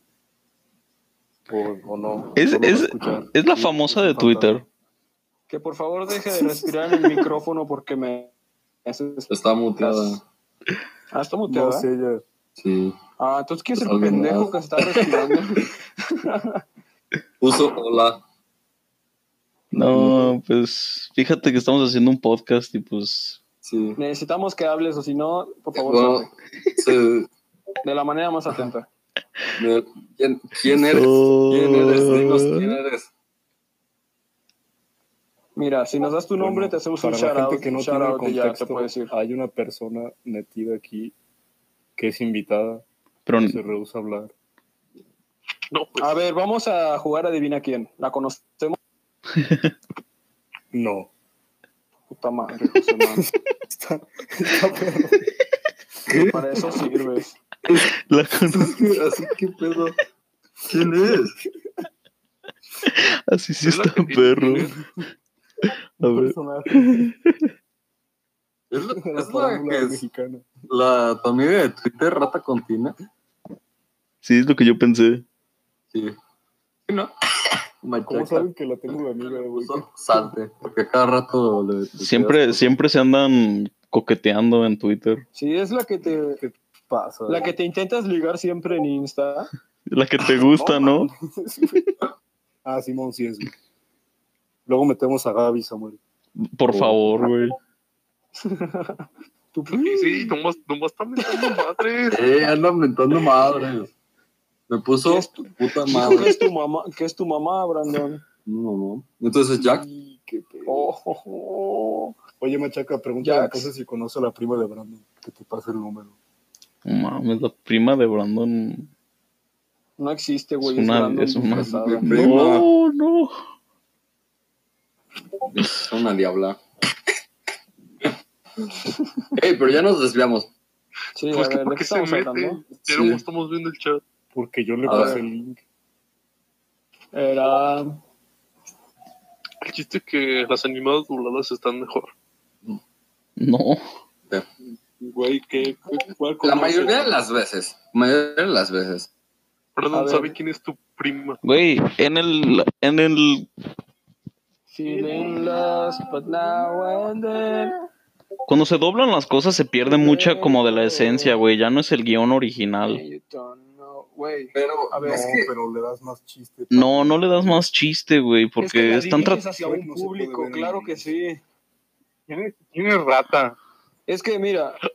[SPEAKER 3] o no.
[SPEAKER 1] Es-
[SPEAKER 3] solo va a
[SPEAKER 1] es-
[SPEAKER 3] escuchar.
[SPEAKER 1] Es la
[SPEAKER 3] Sí,
[SPEAKER 1] famosa de
[SPEAKER 3] es un fantasma.
[SPEAKER 1] Twitter.
[SPEAKER 4] Que por favor deje de respirar en el micrófono porque me. haces-
[SPEAKER 5] Está muteada.
[SPEAKER 4] Ah, está muteada.
[SPEAKER 3] No sé, ella.
[SPEAKER 5] Sí.
[SPEAKER 4] Ah, entonces ¿quién es el
[SPEAKER 5] Está bien,
[SPEAKER 4] pendejo
[SPEAKER 5] ¿verdad?
[SPEAKER 4] que está respirando?
[SPEAKER 5] Puso hola.
[SPEAKER 1] No, pues fíjate que estamos haciendo un podcast y pues
[SPEAKER 5] Sí.
[SPEAKER 4] Necesitamos que hables, o si no, por favor,
[SPEAKER 5] Bueno,
[SPEAKER 4] salte.
[SPEAKER 5] se-
[SPEAKER 4] de la manera más atenta.
[SPEAKER 5] me- ¿quién, quién eres?
[SPEAKER 1] Oh.
[SPEAKER 5] ¿Quién eres? Dinos quién eres.
[SPEAKER 4] Mira, si nos das tu nombre,
[SPEAKER 3] Bueno,
[SPEAKER 4] te hacemos un
[SPEAKER 3] para la
[SPEAKER 4] shout-out.
[SPEAKER 3] gente que no
[SPEAKER 4] un
[SPEAKER 3] tiene el
[SPEAKER 4] shout-out y ya te
[SPEAKER 3] contexto,
[SPEAKER 4] puedo decir.
[SPEAKER 3] hay una persona metida aquí que es invitada,
[SPEAKER 1] pero
[SPEAKER 3] que se rehúsa a hablar.
[SPEAKER 6] No, pues.
[SPEAKER 4] A ver, vamos a jugar Adivina quién. La conocemos.
[SPEAKER 3] No.
[SPEAKER 4] Puta madre, José Manuel.
[SPEAKER 3] Está, está perro.
[SPEAKER 4] Para eso sirves.
[SPEAKER 1] la cono-
[SPEAKER 5] Así que pedo. ¿Quién es?
[SPEAKER 1] así ah, sí
[SPEAKER 6] Es la
[SPEAKER 1] está
[SPEAKER 6] que tiene
[SPEAKER 1] perro.
[SPEAKER 6] inglés.
[SPEAKER 1] A
[SPEAKER 3] Un
[SPEAKER 1] ver,
[SPEAKER 3] personaje
[SPEAKER 5] Es la,
[SPEAKER 3] de la
[SPEAKER 5] es la
[SPEAKER 3] farándula
[SPEAKER 5] que es
[SPEAKER 3] mexicana.
[SPEAKER 5] la tu amiga de Twitter, Rata Contina.
[SPEAKER 1] sí es lo que yo pensé.
[SPEAKER 5] Sí. Sí, ¿No?
[SPEAKER 3] ¿Cómo
[SPEAKER 5] Machaca.
[SPEAKER 3] saben que la tengo de amiga, güey?
[SPEAKER 5] Puso Salte, porque cada rato le- le-
[SPEAKER 1] Siempre, siempre se andan coqueteando en Twitter.
[SPEAKER 4] Sí, es la que te,
[SPEAKER 3] ¿Qué pasa?
[SPEAKER 4] la que te intentas ligar siempre en Insta.
[SPEAKER 1] La que te gusta, ¿no?
[SPEAKER 3] Ah, Simón, sí es, güey. Luego metemos a Gaby, Samuel.
[SPEAKER 5] Oh,
[SPEAKER 1] Por favor, güey.
[SPEAKER 4] Tu-
[SPEAKER 6] Y sí, nomás, nomás están metiendo madres.
[SPEAKER 5] Eh, anda mentando madre. Me puso
[SPEAKER 4] ¿Qué es
[SPEAKER 5] puta
[SPEAKER 4] ¿Qué
[SPEAKER 5] madre.
[SPEAKER 4] es tu mamá? ¿Qué es tu mamá, Brandon?
[SPEAKER 5] No, no. Entonces Jack,
[SPEAKER 3] Sí, qué pedo.
[SPEAKER 4] Oh, oh, oh.
[SPEAKER 3] Oye, Machaca, pregúntale
[SPEAKER 4] Jax.
[SPEAKER 3] entonces si conoce a la prima de Brandon. Que te pase el número.
[SPEAKER 1] No mames, la prima de Brandon.
[SPEAKER 4] No existe, güey.
[SPEAKER 1] Es una-
[SPEAKER 4] Brandon
[SPEAKER 1] es una-
[SPEAKER 4] disfrazado.
[SPEAKER 5] mi prima,
[SPEAKER 1] No, no.
[SPEAKER 5] es una diabla. Ey, pero ya nos desviamos.
[SPEAKER 4] Sí,
[SPEAKER 6] Pues
[SPEAKER 4] a
[SPEAKER 6] que
[SPEAKER 4] ver, ¿de
[SPEAKER 6] por
[SPEAKER 4] qué
[SPEAKER 6] qué se
[SPEAKER 4] estamos
[SPEAKER 6] mete.
[SPEAKER 4] hablando?
[SPEAKER 6] Ya
[SPEAKER 5] Sí.
[SPEAKER 6] no estamos viendo el chat.
[SPEAKER 3] Porque yo le
[SPEAKER 5] A
[SPEAKER 3] pasé
[SPEAKER 5] ver.
[SPEAKER 3] el link.
[SPEAKER 4] Era...
[SPEAKER 6] El chiste es que las animadas dobladas están mejor.
[SPEAKER 1] No.
[SPEAKER 7] Güey, ¿qué, qué- cuál
[SPEAKER 5] La
[SPEAKER 7] conoces?
[SPEAKER 5] mayoría de las veces. La mayoría de las veces.
[SPEAKER 4] A
[SPEAKER 6] Brandon
[SPEAKER 4] ver.
[SPEAKER 6] sabe quién es tu prima.
[SPEAKER 1] Güey, en el, en el
[SPEAKER 4] Feeling lost, but now and then.
[SPEAKER 1] Cuando se doblan las cosas se pierde mucha como de la esencia, güey. Ya no es el guión original.
[SPEAKER 4] You don't know. Güey.
[SPEAKER 5] Pero,
[SPEAKER 4] A ver,
[SPEAKER 3] No,
[SPEAKER 5] es que-
[SPEAKER 3] pero le das más chiste.
[SPEAKER 1] No, no le das más chiste, güey, porque
[SPEAKER 4] es que la
[SPEAKER 1] están
[SPEAKER 4] diriges
[SPEAKER 1] tratando...
[SPEAKER 4] hacia un
[SPEAKER 3] No se puede
[SPEAKER 4] público,
[SPEAKER 3] ver en-
[SPEAKER 4] claro que sí.
[SPEAKER 6] ¿Quién es, quién es rata?
[SPEAKER 4] Es que mira,
[SPEAKER 5] Ya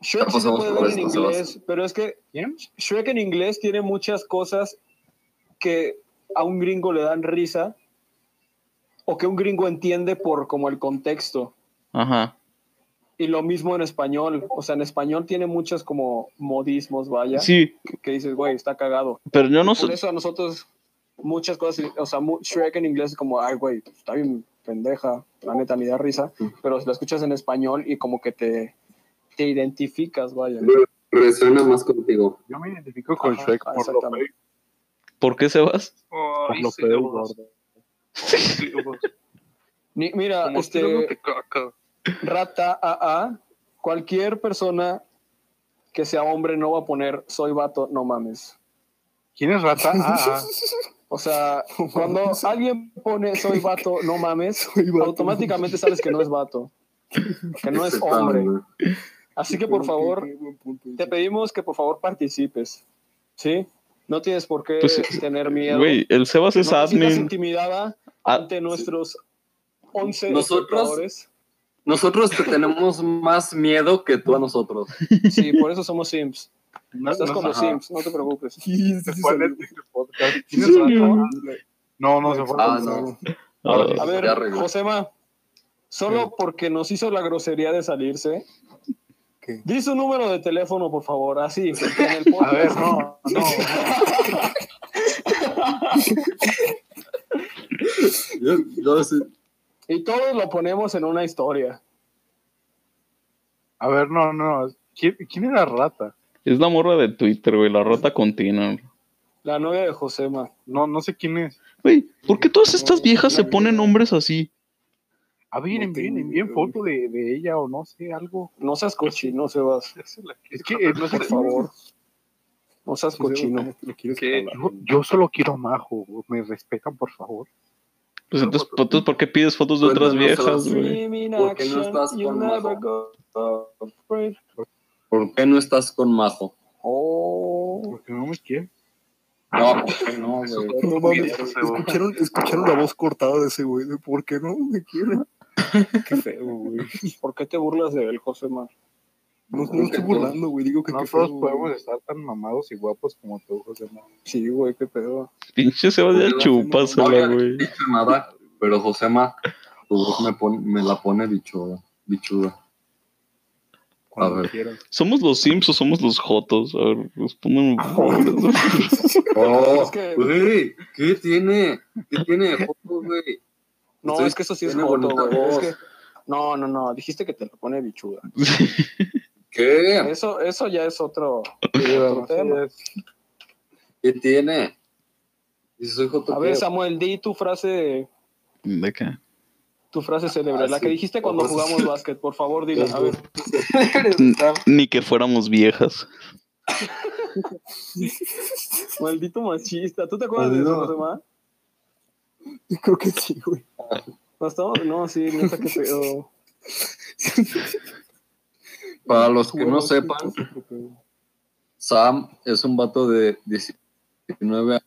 [SPEAKER 4] Shrek sí se
[SPEAKER 5] pasamos
[SPEAKER 4] puede
[SPEAKER 5] por
[SPEAKER 4] ver en
[SPEAKER 5] esto, Sebas.
[SPEAKER 4] inglés, pero es que Shrek en inglés tiene muchas cosas que a un gringo le dan risa o que un gringo entiende por como el contexto.
[SPEAKER 1] Ajá.
[SPEAKER 4] Y lo mismo en español. O sea, en español tiene muchos como modismos, vaya,
[SPEAKER 1] Sí,
[SPEAKER 4] que dices, güey, está cagado.
[SPEAKER 1] pero yo no
[SPEAKER 4] Por
[SPEAKER 1] sé...
[SPEAKER 4] eso a nosotros muchas cosas, o sea, mu- Shrek en inglés es como, ay, güey, está bien pendeja, la neta ni da risa, pero si la escuchas en español y como que te, te identificas, vaya.
[SPEAKER 5] resuena más contigo.
[SPEAKER 6] Yo me identifico con
[SPEAKER 4] Ajá,
[SPEAKER 6] Shrek por lo
[SPEAKER 4] exactamente.
[SPEAKER 6] feo.
[SPEAKER 1] ¿Por qué se vas?
[SPEAKER 6] Por
[SPEAKER 3] Por lo peor, gordo.
[SPEAKER 4] Ni- mira,
[SPEAKER 6] Como
[SPEAKER 4] este,
[SPEAKER 6] tirándote caca.
[SPEAKER 4] rata AA, cualquier persona que sea hombre no va a poner soy vato, no mames.
[SPEAKER 6] ¿Quién es rata? Ah,
[SPEAKER 4] O sea, cuando alguien pone soy vato, no mames,
[SPEAKER 3] vato.
[SPEAKER 4] automáticamente sabes que no es vato, que no es
[SPEAKER 5] Este,
[SPEAKER 4] hombre. Así que por favor, Te pedimos que por favor participes. ¿Sí? No tienes por qué
[SPEAKER 1] Pues,
[SPEAKER 4] tener miedo.
[SPEAKER 1] Güey, el Sebas
[SPEAKER 4] no
[SPEAKER 1] es
[SPEAKER 4] te sientas
[SPEAKER 1] admin.
[SPEAKER 4] intimidada
[SPEAKER 1] Ah,
[SPEAKER 4] ante nuestros 11
[SPEAKER 5] Nosotros-
[SPEAKER 4] espectadores.
[SPEAKER 5] Nosotros te tenemos más miedo que tú a nosotros.
[SPEAKER 4] Sí, por eso somos Sims.
[SPEAKER 6] No,
[SPEAKER 4] Estás
[SPEAKER 6] no,
[SPEAKER 4] como
[SPEAKER 6] ajá.
[SPEAKER 4] Sims, no te preocupes.
[SPEAKER 6] ¿Cuál es este podcast? ¿Quién es rata? No, no se fue.
[SPEAKER 5] Ah, no.
[SPEAKER 1] Ah,
[SPEAKER 4] A ver,
[SPEAKER 5] Ya arregló.
[SPEAKER 4] Josema, solo porque nos hizo la grosería de salirse,
[SPEAKER 3] ¿Qué?
[SPEAKER 4] di su número de teléfono, por favor, así, en el
[SPEAKER 6] A ver,
[SPEAKER 4] podcast.
[SPEAKER 6] no, no.
[SPEAKER 5] Yo, yo sí-
[SPEAKER 4] Y todos lo ponemos en una historia.
[SPEAKER 6] A ver, no, no. ¿Quién, quién era rata?
[SPEAKER 1] Es la morra de Twitter, güey, la rata continua.
[SPEAKER 4] La novia de Josema.
[SPEAKER 6] No, no sé quién es.
[SPEAKER 1] Güey, ¿por qué todas estas viejas se ponen hombres así?
[SPEAKER 6] Ah, vienen,
[SPEAKER 3] No tengo
[SPEAKER 6] vienen, bien
[SPEAKER 3] idea.
[SPEAKER 6] foto de, de ella o no sé, algo.
[SPEAKER 4] No seas cochino, Sebas.
[SPEAKER 6] Ya se la- Es que eh, no sé,
[SPEAKER 4] Por favor. No seas cochino.
[SPEAKER 6] que yo, yo solo quiero a majo, me respetan, por favor.
[SPEAKER 1] Pues entonces, entonces, ¿por qué pides fotos de otras viejas,
[SPEAKER 5] Cuéntanos, Sebas.
[SPEAKER 1] güey?
[SPEAKER 5] ¿Por qué no estás
[SPEAKER 4] You
[SPEAKER 5] con
[SPEAKER 4] never
[SPEAKER 5] Majo?
[SPEAKER 4] go afraid.
[SPEAKER 5] ¿Por qué no estás con Majo?
[SPEAKER 4] Oh.
[SPEAKER 6] Porque no me quieren.
[SPEAKER 5] No, Ah, ¿por qué no, güey?
[SPEAKER 3] No mames,
[SPEAKER 6] Eso se va.
[SPEAKER 3] escucharon, escucharon la voz cortada de ese güey, de por qué no me quieren. Qué feo, güey.
[SPEAKER 4] ¿Por qué te burlas de él, José Mar?
[SPEAKER 3] No, no estoy burlando, güey, digo que
[SPEAKER 6] No
[SPEAKER 3] qué
[SPEAKER 6] todos
[SPEAKER 3] feo. güey.
[SPEAKER 6] podemos estar tan mamados y guapos como tú, José. Manuel.
[SPEAKER 4] Sí, güey, qué pedo.
[SPEAKER 1] Pinche Sebas ya chupásela, güey.
[SPEAKER 5] dicho nada, pero Josema, tu voz me, pone- me la pone bichuda. bichuda.
[SPEAKER 3] Cuando
[SPEAKER 5] A ver.
[SPEAKER 3] quieran.
[SPEAKER 1] ¿Somos los Sims o somos los Jotos? A ver, responden favor.
[SPEAKER 5] Oh,
[SPEAKER 4] Es que-
[SPEAKER 5] güey, ¿qué tiene? ¿Qué tiene? Joto, güey?
[SPEAKER 4] No,
[SPEAKER 5] Estoy-
[SPEAKER 4] es que eso sí es
[SPEAKER 5] tiene
[SPEAKER 4] joto,
[SPEAKER 5] bonita
[SPEAKER 4] güey. Es
[SPEAKER 5] voz.
[SPEAKER 4] que- No, no, no. Dijiste que te lo pone bichuda.
[SPEAKER 5] ¿Qué?
[SPEAKER 4] Eso, eso ya es otro.
[SPEAKER 6] Pero,
[SPEAKER 4] Otro tema.
[SPEAKER 6] sí,
[SPEAKER 5] ¿Qué tiene? Y soy Joto.
[SPEAKER 4] A
[SPEAKER 5] ¿qué?
[SPEAKER 4] ver, Samuel, di tu frase,
[SPEAKER 1] ¿De qué?
[SPEAKER 4] tu frase célebre, la
[SPEAKER 5] Ah, sí. Pues,
[SPEAKER 4] que dijiste cuando
[SPEAKER 5] Vamos a
[SPEAKER 4] jugamos
[SPEAKER 5] hacer-
[SPEAKER 4] básquet. Por favor, dila. A ver.
[SPEAKER 1] Ni que fuéramos viejas.
[SPEAKER 4] Maldito machista. ¿Tú te acuerdas de eso,
[SPEAKER 3] Maldito-
[SPEAKER 4] José Mar?
[SPEAKER 3] Yo creo que sí, güey.
[SPEAKER 4] No, estamos- no, sí, neta que pedo.
[SPEAKER 5] Para los que no
[SPEAKER 3] Güey,
[SPEAKER 5] sepan,
[SPEAKER 3] qué pedo.
[SPEAKER 5] Sam es un vato de 19 años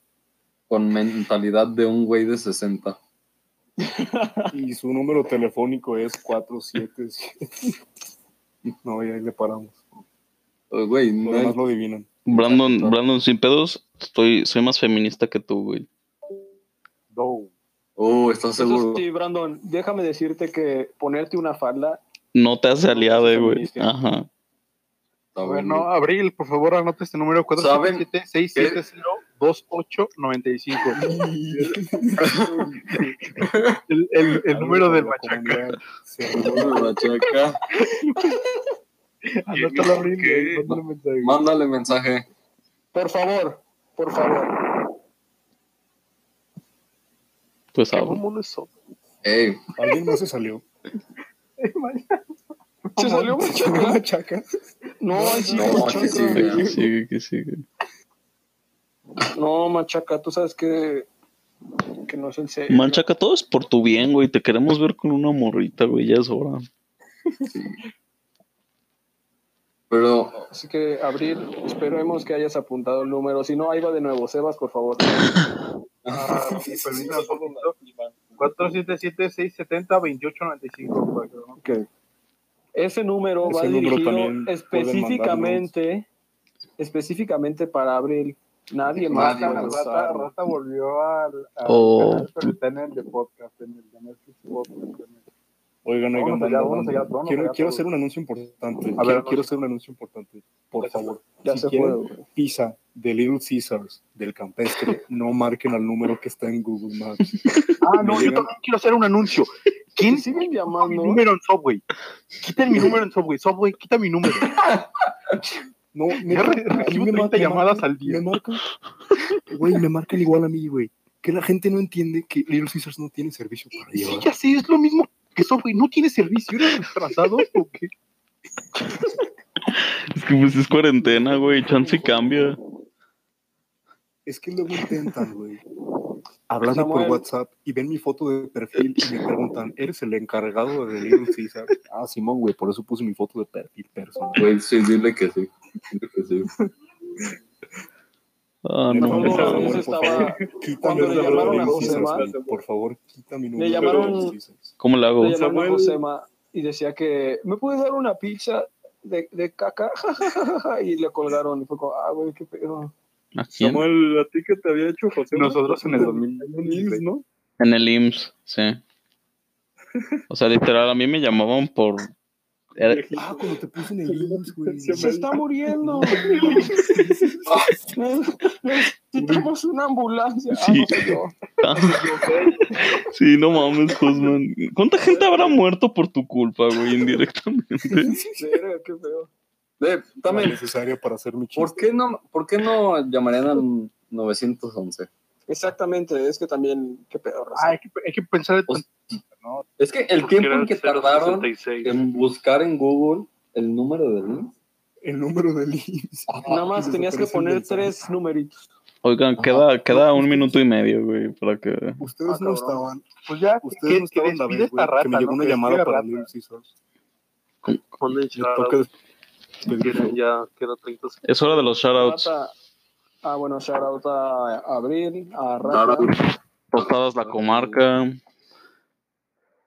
[SPEAKER 5] con mentalidad de un güey de 60.
[SPEAKER 3] Y su número telefónico es 477. No, ya ahí le paramos.
[SPEAKER 5] Oh, Güey,
[SPEAKER 3] Lo
[SPEAKER 5] no hay-
[SPEAKER 3] demás lo adivinan.
[SPEAKER 1] Brandon, Brandon, sin pedos, estoy, soy más feminista que tú, güey.
[SPEAKER 6] No.
[SPEAKER 5] Oh, ¿estás
[SPEAKER 4] Eso
[SPEAKER 5] seguro?
[SPEAKER 4] sí, Brandon, déjame decirte que ponerte una falda.
[SPEAKER 1] No te hace aliada, güey.
[SPEAKER 4] feminista.
[SPEAKER 1] Ajá.
[SPEAKER 5] Está
[SPEAKER 6] Bueno,
[SPEAKER 5] bueno.
[SPEAKER 6] Abril, por favor, anota este número
[SPEAKER 5] ¿Saben
[SPEAKER 6] 477-670-2895. El, el, el número del machaca.
[SPEAKER 5] Bueno, checa.
[SPEAKER 6] Anótalo, Abril.
[SPEAKER 7] ¿Qué?
[SPEAKER 6] güey,
[SPEAKER 5] Mándale
[SPEAKER 6] mándale mensaje.
[SPEAKER 5] mensaje.
[SPEAKER 4] Por favor, por favor.
[SPEAKER 1] Pues ahora.
[SPEAKER 6] ¿Cómo no es eso?
[SPEAKER 5] Ey,
[SPEAKER 3] Alguien más se salió.
[SPEAKER 4] Se salió mucho.
[SPEAKER 3] ¿Una machaca?
[SPEAKER 4] No, ay, sí,
[SPEAKER 5] No,
[SPEAKER 4] machaca.
[SPEAKER 5] que sí, güey.
[SPEAKER 1] Que sigue, que sigue.
[SPEAKER 4] No, machaca, tú sabes que, que no es el serio.
[SPEAKER 1] Manchaca, todo es por tu bien, güey. Te queremos ver con una morrita, güey. Ya es hora.
[SPEAKER 5] pero
[SPEAKER 4] Así que, Abril, esperemos que hayas apuntado el número. Si no, ahí va de nuevo. Sebas, por favor.
[SPEAKER 6] Ah, permítame un momento. 477-670-2895. güey, ¿no?
[SPEAKER 4] Ese número
[SPEAKER 3] Ese número
[SPEAKER 4] va
[SPEAKER 3] también
[SPEAKER 4] dirigido
[SPEAKER 3] pueden
[SPEAKER 4] específicamente, específicamente para Abril. Nadie más la
[SPEAKER 5] Nadie
[SPEAKER 4] va a
[SPEAKER 5] más.
[SPEAKER 4] usar.
[SPEAKER 6] Rata, Rata volvió al, al
[SPEAKER 1] Oh.
[SPEAKER 6] canal, pero está en el de podcast, en el de Netflix podcast. en el-
[SPEAKER 3] Oigan, oigan,
[SPEAKER 6] Vámonos
[SPEAKER 3] banda,
[SPEAKER 6] allá, vámonos
[SPEAKER 3] banda.
[SPEAKER 6] allá, vámonos
[SPEAKER 3] quiero,
[SPEAKER 6] allá
[SPEAKER 3] quiero
[SPEAKER 6] todos.
[SPEAKER 3] hacer un anuncio importante.
[SPEAKER 6] A
[SPEAKER 3] quiero,
[SPEAKER 6] ver,
[SPEAKER 3] quiero hacer un anuncio importante, por favor.
[SPEAKER 4] Ya
[SPEAKER 3] si
[SPEAKER 4] se
[SPEAKER 3] quieren
[SPEAKER 4] fue. güey.
[SPEAKER 3] pizza de Little Caesars del Campestre, no marquen al número que está en Google Maps.
[SPEAKER 6] Ah, no, yo también quiero hacer un anuncio. ¿Quién
[SPEAKER 4] ¿Te siguen
[SPEAKER 6] quita mi
[SPEAKER 4] llamando?
[SPEAKER 6] número en Subway? Quita mi número en Subway. Subway, quita mi número.
[SPEAKER 3] No,
[SPEAKER 6] Ya
[SPEAKER 3] neta,
[SPEAKER 6] re-
[SPEAKER 3] a mí
[SPEAKER 6] recibo
[SPEAKER 3] me ma-
[SPEAKER 6] 30
[SPEAKER 3] me
[SPEAKER 6] llamadas
[SPEAKER 3] marcan-
[SPEAKER 6] al día.
[SPEAKER 3] Me marcan, güey, me marcan igual a mí, güey. Que la gente no entiende que Little Caesars no tiene servicio para
[SPEAKER 6] Sí,
[SPEAKER 3] llevar.
[SPEAKER 6] ya sé, es lo mismo que Subway. ¿No tiene servicio? ¿Eres retrasado o qué?
[SPEAKER 1] Es que pues es cuarentena, güey. Chance y cambia.
[SPEAKER 3] Es que luego intentan, güey. Hablarme por
[SPEAKER 4] Samuel.
[SPEAKER 3] WhatsApp y ven mi foto de perfil y me preguntan, ¿eres el encargado de Little Caesars? Ah, Simón, güey, por eso puse mi foto de perfil personal.
[SPEAKER 5] Güey, sí, dile que sí. Dile que sí.
[SPEAKER 1] Ah,
[SPEAKER 3] Me
[SPEAKER 1] no.
[SPEAKER 4] Por
[SPEAKER 3] Por
[SPEAKER 4] favor,
[SPEAKER 3] favor,
[SPEAKER 4] eso
[SPEAKER 3] por
[SPEAKER 4] estaba-
[SPEAKER 3] Quítame
[SPEAKER 4] Cuando
[SPEAKER 3] el
[SPEAKER 4] le
[SPEAKER 3] número de
[SPEAKER 4] llamaron a
[SPEAKER 3] Little
[SPEAKER 4] Josema,
[SPEAKER 3] Caesars, güey. por favor, quita mi número.
[SPEAKER 4] llamaron-
[SPEAKER 3] de Little Caesars.
[SPEAKER 1] ¿Cómo le hago?
[SPEAKER 4] Le llamaron a
[SPEAKER 7] Samuel.
[SPEAKER 4] Josema y decía que, ¿me puedes dar una pizza de, de caca? y le colgaron. Y fue como, ah, güey, qué pedo.
[SPEAKER 1] ¿A quién?
[SPEAKER 7] Samuel, a ti que te había hecho José.
[SPEAKER 6] Nosotros en el 2000.
[SPEAKER 7] En un IMSS, ¿no?
[SPEAKER 1] En el IMSS, sí. O sea, literal, a mí me llamaban por. era-
[SPEAKER 3] Ah, cuando te puse en el IMSS, güey.
[SPEAKER 4] Se está muriendo. Necesitamos una ambulancia. Ah, no soy yo.
[SPEAKER 1] sí, no mames, Cosman. ¿Cuánta gente habrá muerto por tu culpa, güey, indirectamente?
[SPEAKER 4] Verga, qué feo.
[SPEAKER 5] Eh,
[SPEAKER 3] Era
[SPEAKER 5] también,
[SPEAKER 3] necesaria para hacer mi chiste.
[SPEAKER 5] ¿por qué no, ¿por qué no llamarían al 911?
[SPEAKER 4] Exactamente, es que también, qué pedo. raza.
[SPEAKER 6] Ah, hay que, hay que pensar de
[SPEAKER 5] Pues, Es que el tiempo en que tardaron en buscar en Google el número del IMSS.
[SPEAKER 3] El número del IMSS.
[SPEAKER 4] Nada más tenías que poner tres numeritos.
[SPEAKER 1] Oigan, queda, queda un minuto y medio, güey, para que.
[SPEAKER 3] Ustedes
[SPEAKER 6] Ah,
[SPEAKER 3] no
[SPEAKER 6] cabrón.
[SPEAKER 3] estaban.
[SPEAKER 6] Pues ya,
[SPEAKER 3] Ustedes no
[SPEAKER 6] que, que
[SPEAKER 3] estaban la
[SPEAKER 6] despide
[SPEAKER 3] vez,
[SPEAKER 6] esta
[SPEAKER 3] güey,
[SPEAKER 6] rata.
[SPEAKER 3] que me llegó
[SPEAKER 6] ¿no?
[SPEAKER 3] una
[SPEAKER 6] Que
[SPEAKER 3] llamada
[SPEAKER 6] despida
[SPEAKER 3] para
[SPEAKER 6] rata.
[SPEAKER 3] Little Caesars.
[SPEAKER 7] Ponle
[SPEAKER 3] Me toca
[SPEAKER 7] shout-out,
[SPEAKER 3] despedirme.
[SPEAKER 7] quieren ya, quedan 30 segundos.
[SPEAKER 1] Es hora de los shoutouts.
[SPEAKER 4] Rata- Ah, bueno, shout out a Abril, a Rata.
[SPEAKER 5] Tardaron.
[SPEAKER 1] Tostadas la comarca.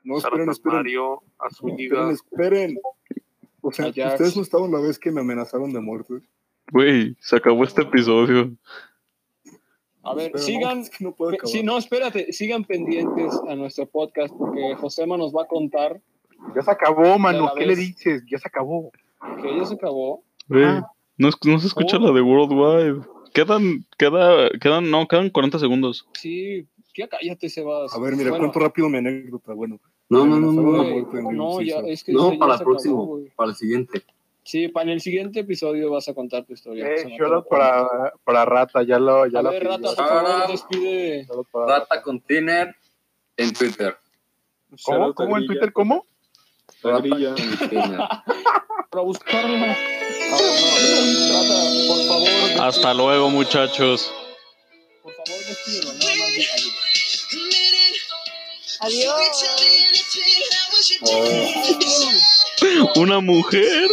[SPEAKER 3] No, esperen,
[SPEAKER 7] Carta
[SPEAKER 3] esperen.
[SPEAKER 7] Mario, a
[SPEAKER 3] Esperen,
[SPEAKER 7] Zúñiga.
[SPEAKER 3] esperen. O sea,
[SPEAKER 4] Ajax.
[SPEAKER 3] ustedes no estaban la vez que me amenazaron de muerte.
[SPEAKER 1] Güey, se acabó este episodio.
[SPEAKER 4] A ver,
[SPEAKER 3] Pero no,
[SPEAKER 4] sigan.
[SPEAKER 3] es que no puedo
[SPEAKER 4] pe-
[SPEAKER 3] acabar.
[SPEAKER 4] Sí, no, espérate, sigan pendientes a nuestro podcast porque Josema nos va a contar
[SPEAKER 6] Ya se acabó, mano.
[SPEAKER 4] la
[SPEAKER 6] ¿Qué le
[SPEAKER 4] vez.
[SPEAKER 6] dices? Ya se acabó.
[SPEAKER 4] que ya se acabó.
[SPEAKER 1] Güey, no, es- no se escucha la de Worldwide. Quedan, queda, quedan, no, quedan 40 segundos.
[SPEAKER 4] Sí, ya cállate, Sebas.
[SPEAKER 3] A ver, mira,
[SPEAKER 4] Bueno,
[SPEAKER 3] cuento rápido mi anécdota. Bueno,
[SPEAKER 5] No, no, no, no.
[SPEAKER 3] Güey,
[SPEAKER 5] no.
[SPEAKER 4] No, ya, es que
[SPEAKER 5] No,
[SPEAKER 4] eso ya
[SPEAKER 5] para
[SPEAKER 4] se
[SPEAKER 5] el
[SPEAKER 4] acabó,
[SPEAKER 5] próximo,
[SPEAKER 4] güey.
[SPEAKER 5] para el siguiente.
[SPEAKER 4] Sí, para en el siguiente episodio vas a contar tu historia.
[SPEAKER 6] Eh,
[SPEAKER 4] Josema, te lo
[SPEAKER 6] shoutout para, para Rata. Ya lo. Ya
[SPEAKER 4] A
[SPEAKER 6] la
[SPEAKER 4] ver,
[SPEAKER 6] pidió.
[SPEAKER 4] Rata, por
[SPEAKER 5] Shout
[SPEAKER 4] favor,
[SPEAKER 5] out.
[SPEAKER 4] despide.
[SPEAKER 6] Shoutout para
[SPEAKER 5] Rata Container en Twitter.
[SPEAKER 6] ¿Cómo?
[SPEAKER 7] Shout-out a
[SPEAKER 6] ¿Cómo en
[SPEAKER 7] Grilla.
[SPEAKER 6] Twitter? ¿Cómo?
[SPEAKER 5] Rata
[SPEAKER 7] Grilla.
[SPEAKER 5] Container.
[SPEAKER 4] Para buscarla. Ah, no, Rata, por favor. despide-
[SPEAKER 1] Hasta luego, muchachos.
[SPEAKER 4] Por favor, despídelo. Nada más. di- adiós.
[SPEAKER 8] Many
[SPEAKER 2] Adiós.
[SPEAKER 5] Oh.
[SPEAKER 1] Una mujer.